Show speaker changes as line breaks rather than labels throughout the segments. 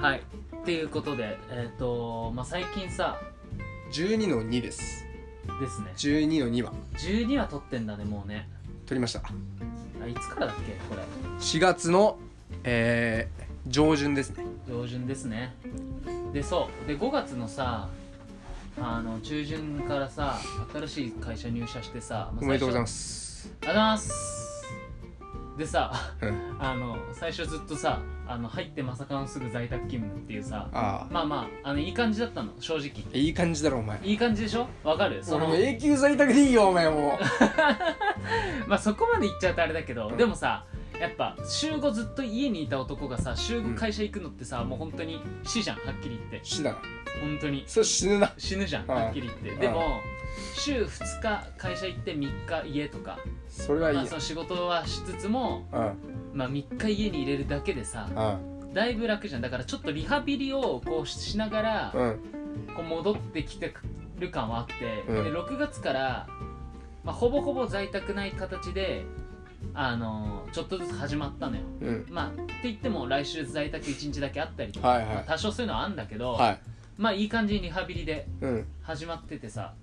はいっていうことでえっ、とまあ最近さ
12の2です
ですね
12の2は
12は撮ってんだねもうね
取りました
あいつからだっけこれ
4月の、えー上旬ですね
上旬ですねでそうで5月のさあの中旬からさ新しい会社入社してさ、
おめでとうございますす
ありがとうございますでさ
うん
あの最初ずっとさあの入ってまさかのすぐ在宅勤務っていうさ
あ
まあまああのいい感じだったの正直
あいい感じだろお前
いい感じでしょわかるそ
俺
の
も永久在宅でいいよお前も
まあそこまで言っちゃうとあれだけど、
うん
でもさやっぱ週5ずっと家にいた男がさ週
う
5
ん
会社行くのってさ、もう本当に死じゃんはっきり言って
う死だな
本当に
それ死ぬな
死ぬじゃん
はい
はっきり言って
はい
でも週2日会社行って3日家とか、
それはいい
ま
や
あ、その仕事はしつつも、
うん
まあ、3日家に入れるだけでさ
うん
だいぶ楽じゃんだからちょっとリハビリをこうしながら
うん
こう戻ってきてる感はあって、
うん
で6月から、まあ、ほぼほぼ在宅ない形で、あのーちょっとずつ始まったのよ。
うん
まあ、って言っても来週在宅1日だけあったりとか、
はい
まあ
は
多少そういうのはあんだけど、
いはい
まあいい感じにリハビリで
うん
始まっててさ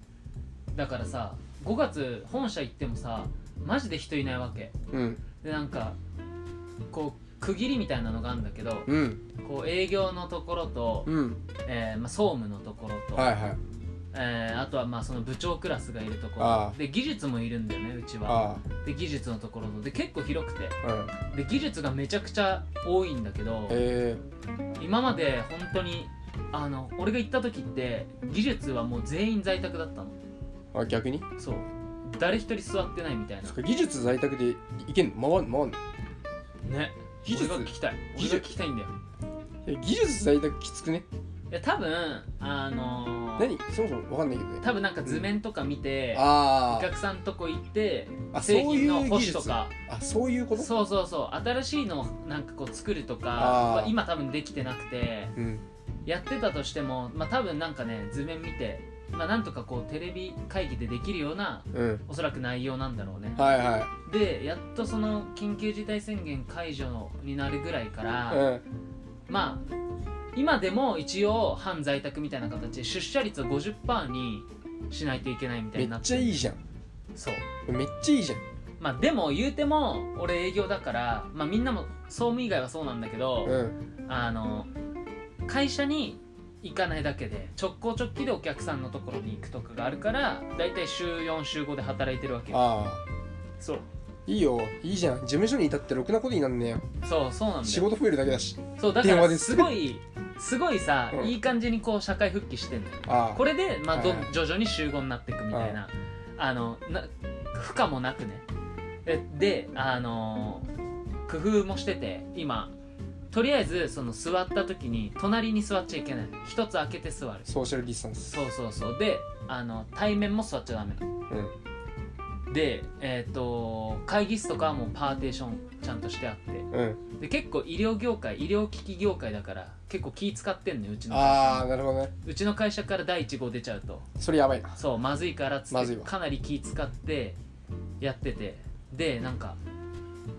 だからさ5月本社行ってもさマジで人いないわけ
うん
でなんかこう区切りみたいなのがあるんだけど
うん
こう営業のところと、
うん
えーまあ、総務のところと、
はいはい
えーあとはまあその部長クラスがいるとこ
あ
ろ
あ
で技術もいるんだよねうちは
あ
で技術のところとで結構広くて
あうん
で技術がめちゃくちゃ多いんだけど
え
今まで本当にあの俺が行った時って技術はもう全員在宅だったの
ー、あ逆に
そう誰一人座ってないみたい
そ
な
っか技術在宅でいけんの回んの回んの
ね
技術
俺が聞きたい
技
俺
術
が聞きたいんだよ
え技術在宅きつくね
いや多分あのー
何そもそもわかんないけどね
多分なんか図面とか見て、
あ
お
ー
客さんとこ行って
あ
製
そうい
品の保
う技
守と
術
か
あそういうこと
そうそうそう新しいのをなんかこう作るとか
あー
は今多分できてなくて
うん
やってたとしてもまあ多分なんかね図面見てまあなんとかこうテレビ会議でできるような
うん
おそらく内容なんだろうね
はいはい
でやっとその緊急事態宣言解除になるぐらいから、
うん
まあ今でも一応半在宅みたいな形で出社率を50%にしないといけないみたいに
め
な
っ
って
ちゃいいじゃん
そう
めっちゃいいじゃん
まあでも言うても俺営業だから、まあ、みんなも総務以外はそうなんだけど、
うん
あの会社に行かないだけで直行直帰でお客さんのところに行くとかがあるからだいたい週4週5で働いてるわけよ
ああ
そう
いいよいいじゃん事務所にいたってろくなことになんねえよ
そうそうなんだよ
仕事増えるだけだし
そうだか
電話
ら
です
すごいすごいさ、
うん
いい感じにこう社会復帰してんのよ
ああ
これで、まあ、ど
はいはい
徐々に集合になっていくみたいなあのな負荷もなくねでであのー工夫もしてて今とりあえずその座った時に隣に座っちゃいけない一つ開けて座る
ソーシャルディスタンス
そうそうそうであの対面も座っちゃダメ
うん
でえっ、と会議室とかはもうパーテーションちゃんとしてあって
うん
で結構医療業界医療機器業界だから結構気使ってんのようちの
あ
会
あ
社
なるほどね
うちの会社から第1号出ちゃうと
それやばいな
そうまずいからっつ
ま
っ
ず
て
いわ
かなり気使ってやっててでなんか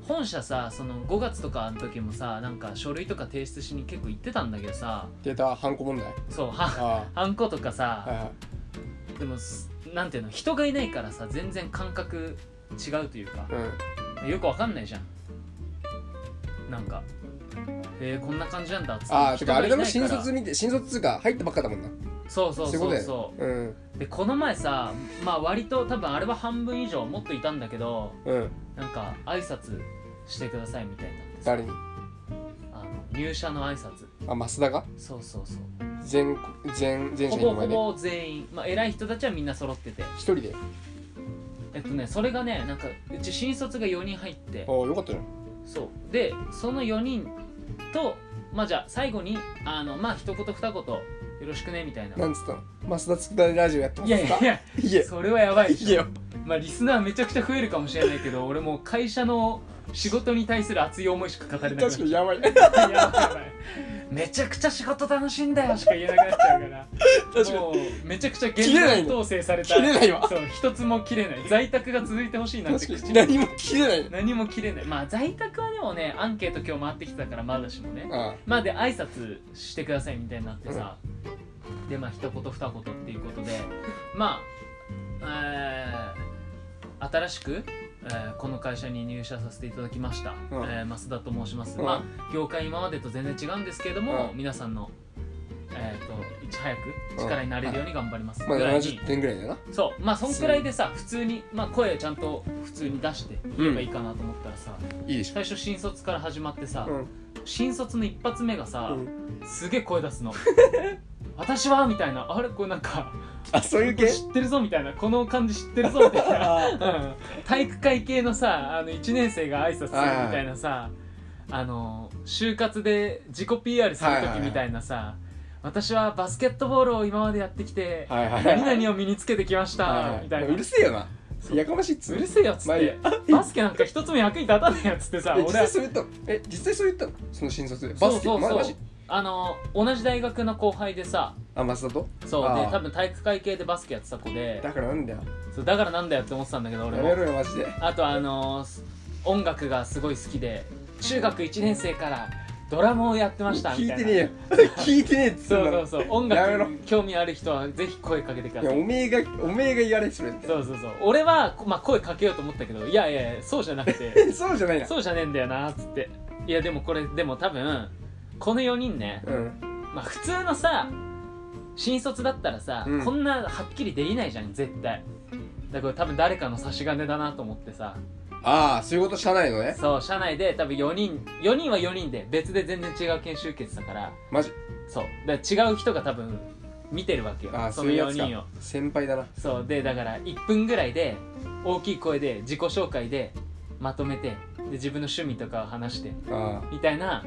本社さその5月とかの時もさなんか書類とか提出しに結構行ってたんだけどさ
データハンコ問題
そうは
あ
ハンコとか
あはい
さ
はい
でもすなんていうの人がいないからさ全然感覚違うというか
うん
よくわかんないじゃんなんかえー、こんな感じなんだっつって
ああて
人が
かあれだ
いな
ろ
い
新
ら
卒見て新卒っつうか入ったばっかだもんな
そうそう
そういうこ
そ
と
う
だ
そ
よ
う
ねうん
でこの前さまあ割と多分あれは半分以上もっといたんだけど
うん
なんか挨拶してくださいみたいになってさ
誰に
あの入社の挨拶
あ増田が
そうそうそう
全全全社
ほぼ
員の
ほ
前で
ぼ全員、まあ、偉い人たちはみんな揃ってて
一人で
えっとねそれがねなんかうち新卒が4人入って
おおよかったじゃん
そうでその4人とまあじゃあ最後にあのまあ一言二言よろしくねみたいな
なんつったの増田つくだラジオやってま
い
す
や
か
いやい
い
や
や
それはやばいで
い
し
や
ょまあリスナーめちゃくちゃ増えるかもしれないけど俺もう会社の仕事に対する熱い思いしか語れなくなっ
確
ち
か
ゃう
にやばい
いやばいやばいめちゃくちゃ仕事楽しいんだよしか言えなくなっちゃうから
確かに
もうめちゃくちゃ現
切れない
状
の
統制された
切れないわ
そう一つも切れない在宅が続いてほしいなんて
確か
口
に
に
何も切れない
何も切れないまあ在宅はでもねアンケート今日回ってきてたからまだしもね
あ
まあで挨拶してくださいみたいになってさ、でまあ一言二言っていうこと でまあ、えー新しく、えーこの会社に入社させていただきました、
うん
えー増田と申します、
うん
まあ業界今までと全然違うんですけれども、
う
皆さんのえー、といち早く力になれるように頑張ります、
まあ
ぐらいに
70点ぐらいだな
そうまあそんくらいでさ普通に、まあ、声ちゃんと普通に出して言えばいいかなと思ったらさ、
いいでしょ
最初新卒から始まってさ、
うん
新卒の一発目がさ、
うん
すげえ声出 すの私はみたいなあれこれなんか
あそういう系
知ってるぞみたいなこの感じ知ってるぞみたいな、
あ
うん体育会系のさあの1年生が挨拶するみたいなさ、あの就活で自己 PR する時みたいなさ、私はバスケットボールを今までやってきて、
はいはいはい
何々を身につけてきました、
はいはい
みたいな
うるせえよな
そう
やかましいっつ
うるせえよっつっ
まあいいや
てバスケなんか一つも役に立たねえよっつってさ
え実
俺は
際そう言ったのえ実際そう言ったのその新卒でバ
そう
スケ
そう
ま
そ
マ
う
ジ
あの同じ大学の後輩でさ
あマスだと
そう
あ
で
ー
多分体育会系でバスケやってた子で
だからなんだよ
そうだからなんだよって思ってたんだけど
や
俺
め
も
ろよマジで
あとあのー音楽がすごい好きで中学1年生からドラムをやってましたみ
聞い
たいな
てねえ よ聞いてねえっつって
そ
ん
う
だ
そ
ろ
うそう音
やめろ
楽に興味ある人はぜひ声かけてくだ
いや
さい
おめえがおめえが言われそれって
そうそうそう俺は、まあ、声かけようと思ったけどいやいやいやそうじゃなくて
そう じゃないな
そうじゃねえんだよなっつっていやでもこれでも多分この4人ね、
うん
まあ、普通のさ新卒だったらさ、
うん
こんなはっきりできないじゃん絶対だから多分誰かの差し金だなと思ってさ
ああそういうこと社内のね
そう社内で多分4人4人は4人で別で全然違う研修受けてたから
マジ
そうだから違う人が多分見てるわけよ
ああ
そ
そ
の
ういう
4
やつ
人を
か先輩だな
そうでだから1分ぐらいで大きい声で自己紹介でまとめてで自分の趣味とかを話して
あ
みたいな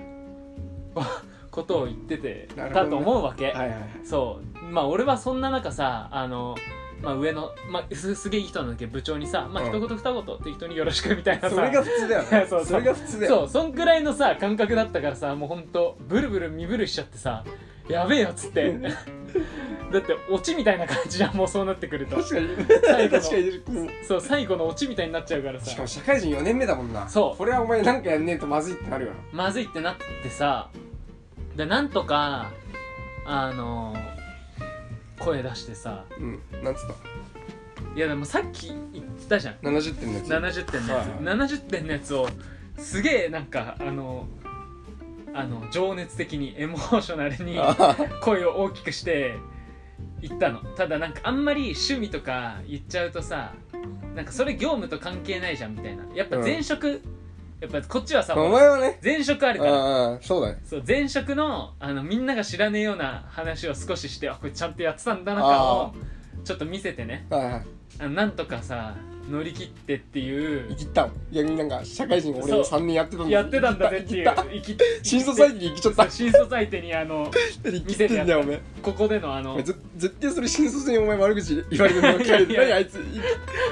こ ことを言ってて
なるほど
だ
ね
と思うわけ、
あはいはいはい
そうまあ俺はそんな中さあのまあ上の、まあ、すすげえいい人なんだけど部長にさまあ
うん
一言二言適当によろしくみたいなさ
それが普通だよ
いや
ね
そうそう
それが普通だよ
そうそんくらいのさ感覚だったからさもうほんとブルブル身震いしちゃってさやべえよっつって だってオチみたいな感じじゃんもうそうなってくると
確かに
最後の
確かに
そう最後のオチみたいになっちゃうから
しか
さ
も社会人4年目だもんな
そう
これはお前なんかやんねえとまずいってなるよ
まずいってなってさでなんとかあの声出してさ
なうんなんつった
いやでもさっき言ってたじゃん
70点のやつ
70点のやつ、
はい
70点のやつをすげえなんかあのあの情熱的にエモーショナルに
あ
声を大きくして言ったのただなんかあんまり趣味とか言っちゃうとさなんかそれ業務と関係ないじゃんみたいなやっぱ前職、やっぱこっちはさ
あお前はね
前職あるから
ああそうだね
そう前職のあのみんなが知らねえような話を少ししてあこれちゃんとやってたんだな感をちょっと見せてね
はいはい
あのなんとかさ乗り切ってっていう
生きったもんいやなんか社会人俺
そう
3年やってたんだ
やってたんだぜっていう
生きった
生きて
新卒相手に生きちゃった
そう新卒相手にあの
生きてんだよお前
ここでのあ
お
の
前ぜ絶対それ新卒にお前悪口言われてるの聞かれ
い
て
やい
何
や
あいつ生き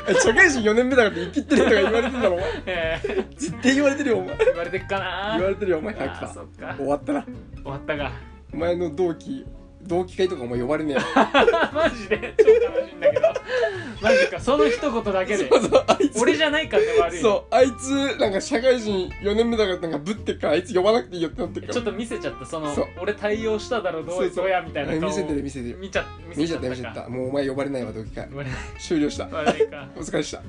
あいつ社会人4年目だからって生きてるとか言われてんだろお前
えー
絶対言われてるよお前
言われてっかな
言われてるよお前早く
あー
さ
そっか
終わったな
終わったか
お前の同期同期会とかお前呼ばれね
マジでちょっと悲しいんだけどマジかその一言だ
え
け
よ
で
そうそうあいつ
俺じゃないかって悪い
そうあいつなんか社会人4年目だからなんかぶってっからあいつ呼ばなくていいよってなってるか
ちょ
ら
っと見せちゃったその
そう
俺対応しただろど
そううそう
どうやみたいな顔
見せてる見せてる
見ちゃ
見ちゃった見ちゃ
か
ったもうお前呼ばれないわ同期会
言われない
終了した
言われないか
お疲れした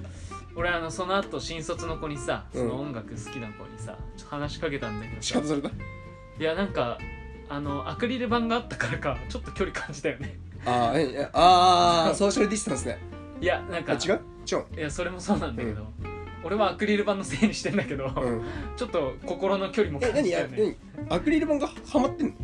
俺あのその後新卒の子にさ
う
そ
ん
の音楽好きな子にさちょっと話しかけたんだけど
仕
さ
方された
いやなんかあのアクリル板があったからかちょっと距離感じたよね
あーえいやあーソーシャルディスタンスね
いやなん
あ
か
違う違う
いやそれもそうなんだけど、俺はアクリル板のせいにしてんだけど、
うん
ちょっと心の距離も
え
感じ
何
たよ
や
ね
何アクリル板がはまってんの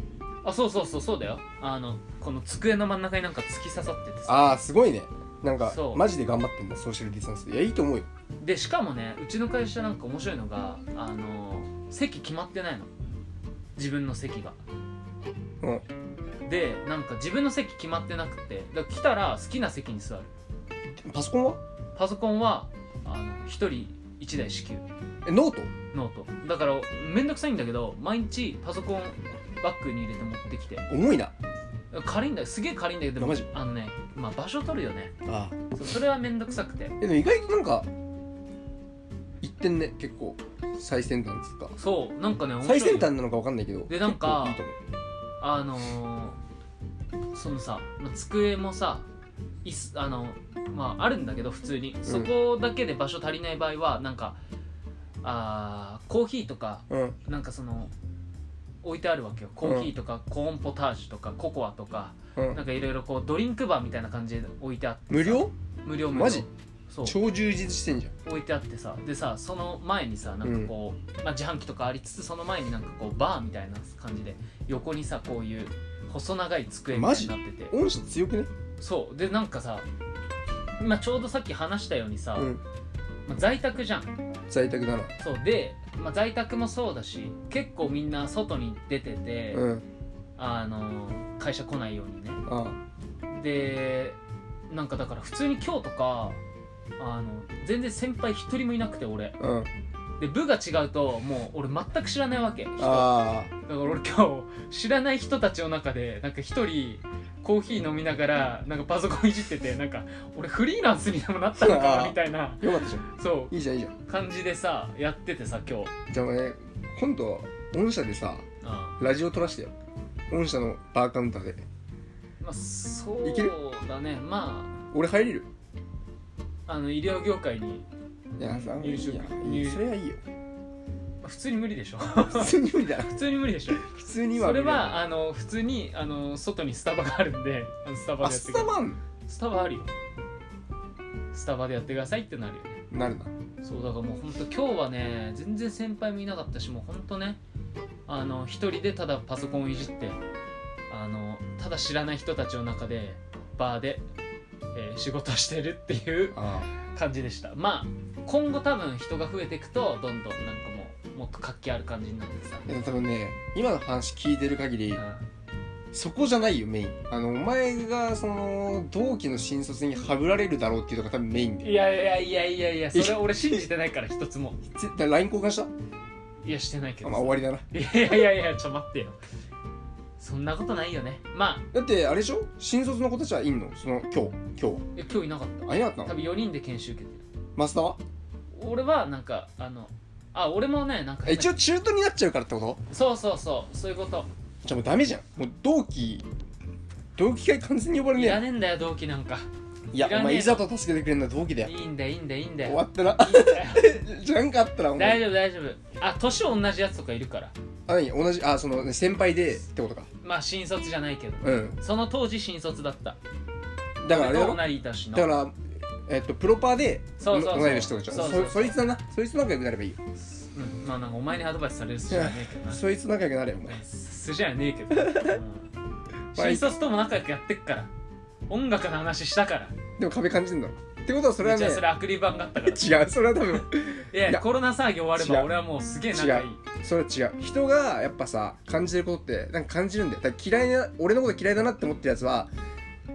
あそうそうそうそうだよあのこの机の真ん中になんか突き刺さっててさ
ああすごいねなんか
そう
マジで頑張ってんだソーシャルディスタンスいやいいと思うよ
でしかもねうちの会社なんか面白いのがあの席決まってないの自分の席が
うん
でなんか自分の席決まってなくてだから来たら好きな席に座る
パソコンは
パパソコンはあの1人1台支給
えノート
ノートだからめんどくさいんだけど毎日パソコンバッグに入れて持ってきて
重いな
軽いんだすげえ軽いんだけどでも
マジ
あのね、まあ、場所取るよね
あ
そうそれはめんどくさくて
えでも意外となんか言ってんね結構最先端っつうか
そうなんかね面白い
最先端なのかわかんないけど
でなんか
結構いいと思う
あのーそのさまあ机もさ椅子あのまああるんだけど普通にそこだけで場所足りない場合はなんか、あーコーヒーとか
うん
なんかその置いてあるわけよコーヒーとか、コーンポタージュとかココアとか
うん
なんかいろいろこうドリンクバーみたいな感じで置いてあって
無料
無料無料
マジ
そう
超充実してんじ
置いてあってさでさその前にさなんかこう、まあ、自販機とかありつつその前になんかこうバーみたいな感じで横にさこういう細長い机みたいになってて
ゃん御社強くね
そうでなんかさ今ちょうどさっき話したようにさ、
うん
まあ在宅じゃん
在宅だな
そうで、まあ、在宅もそうだし結構みんな外に出てて、
うん
あの会社来ないようにね
あ
でなんかだから普通に今日とかあの全然先輩一人もいなくて俺
あうん
で部が違うともう俺全く知らないわけ人だか
ああ
ら俺今日知らない人たちの中でなんか一人コーヒー飲みながらなんかパソコンいじっててなんか俺フリーランスにでもなったのか
あ
な
ー
みたいな
よかったじゃん
そ
いいじゃんいいじゃん
う感じでさやっててさ今日
じゃあね今度御社でさ
あ
ラジオ撮らしてよ御社のバーカウンターで
まあそ
いける
うだねま
俺入れる
ああの医療業界に
いやさ
入職
いや
入
それはいいよ
まあ普通に無理でしょ
普通に無理だ
普通に無理でしょ
普通には
それ
無理だ
はあの普通にあの外にスタバがあるんであのスタバ
あ
でやって
ス
くだ
タ
さい
マン
スタバあるよスタバでやってくださいってなるよね
なるな
そうだからもう本当今日はね全然先輩もいなかったしもう本当ねあの一人でただパソコンをいじってあのただ知らない人たちの中でバーで、えー仕事してるっていう
あ
感じでしたまあ今後多分人が増えていくとどんどんなんかもうもっと活気ある感じになってさ、
あ多分ね今の話聞いてる限り
う
そこじゃないよメインあのお前がその同期の新卒にはぶられるだろうっていうのが多分メイン
ん
で
いやいやいやいやいやそれ俺信じてないから一つも
絶対 LINE 交換した
いやしてないけど
あまあ
さ
終わりだない
やいやいやちょ待ってよそんなことないよねまあ
だってあれでしょ新卒の子たちはいんのその今日今
え今日いなかった
日あいなかった
多
の
分4人で研修受けてる
マスターは
俺はなんかあのあ俺もねなんか
一応中途になっちゃうからってこと
そうそうそうそういうこと
じゃあもうダメじゃんもう同期同期会完全に呼ばれ
い
ねえ
ら
や
ねえんだよ同期なんか
いや
いらねえ
お前いざと助けてくれるのは同期だ
い
よ
いんだよいいんだよいいんだ
終
よ
わったない
いんだよ
じゃ なんかあったらお
大
前
丈夫大丈夫あ年同じやつとかいるから
あ何同じあその、ね、先輩でってことか
まあ新卒じゃないけど
うん
その当時新卒だった
だからあれだ
どう
ろ
なりいたしの
だからえっとプロパーで
そうそうそう
同い年とかじゃん
そうそうそう
そそいつだなそいつと仲良くなればいいよ
うん、まあなんかお前にアドバイスされる筋じゃねえけどな
そいつと仲良くなればお前
筋じゃねえけ ど、うん、新卒とも仲良くやってっから音楽の話したから
でも壁感じてんだろってことはそれは
じ
ね
ゃあそれアクリル板があったから
違うそれは多分
いや
いや
コロナ騒ぎ終われ
違
ば
う
俺はもうすげえ仲いい
それは違う人がやっぱさ感じてることってなんか感じるんだよだから嫌いな俺のこと嫌いだなって思ってるやつは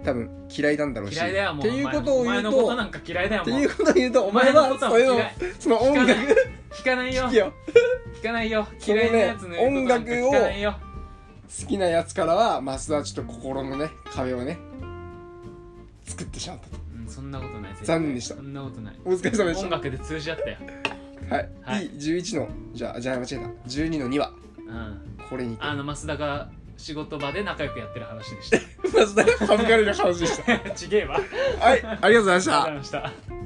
多分嫌いなんだろうし
嫌いだよもう
っていうこと
お
を
前
言う
のこと
と
なんか嫌いだよ
って
もう
いうことを言うとお前
お前の
は
ことは
それの
嫌い
その音楽
聞聞かないよ
好きよ
聞かないよ
そのね
嫌いなやつの言うことなんか聞かないよ
好きなやつからはマスダはちょっと心のね壁をね作ってしまったと
うんそんなことない絶対
残念でした
そんなことない
お疲れ様でし
音楽で通じ合ったよ
たはい、
はい
D11 のじゃあじゃあ間違えた12の2は
うん
これにて
あ の増田が仕事場で仲良くやってる話でした
マスダが省かれる話でし
ちげえわあり
たはいありがとうございまし
がとうご
た
ざいました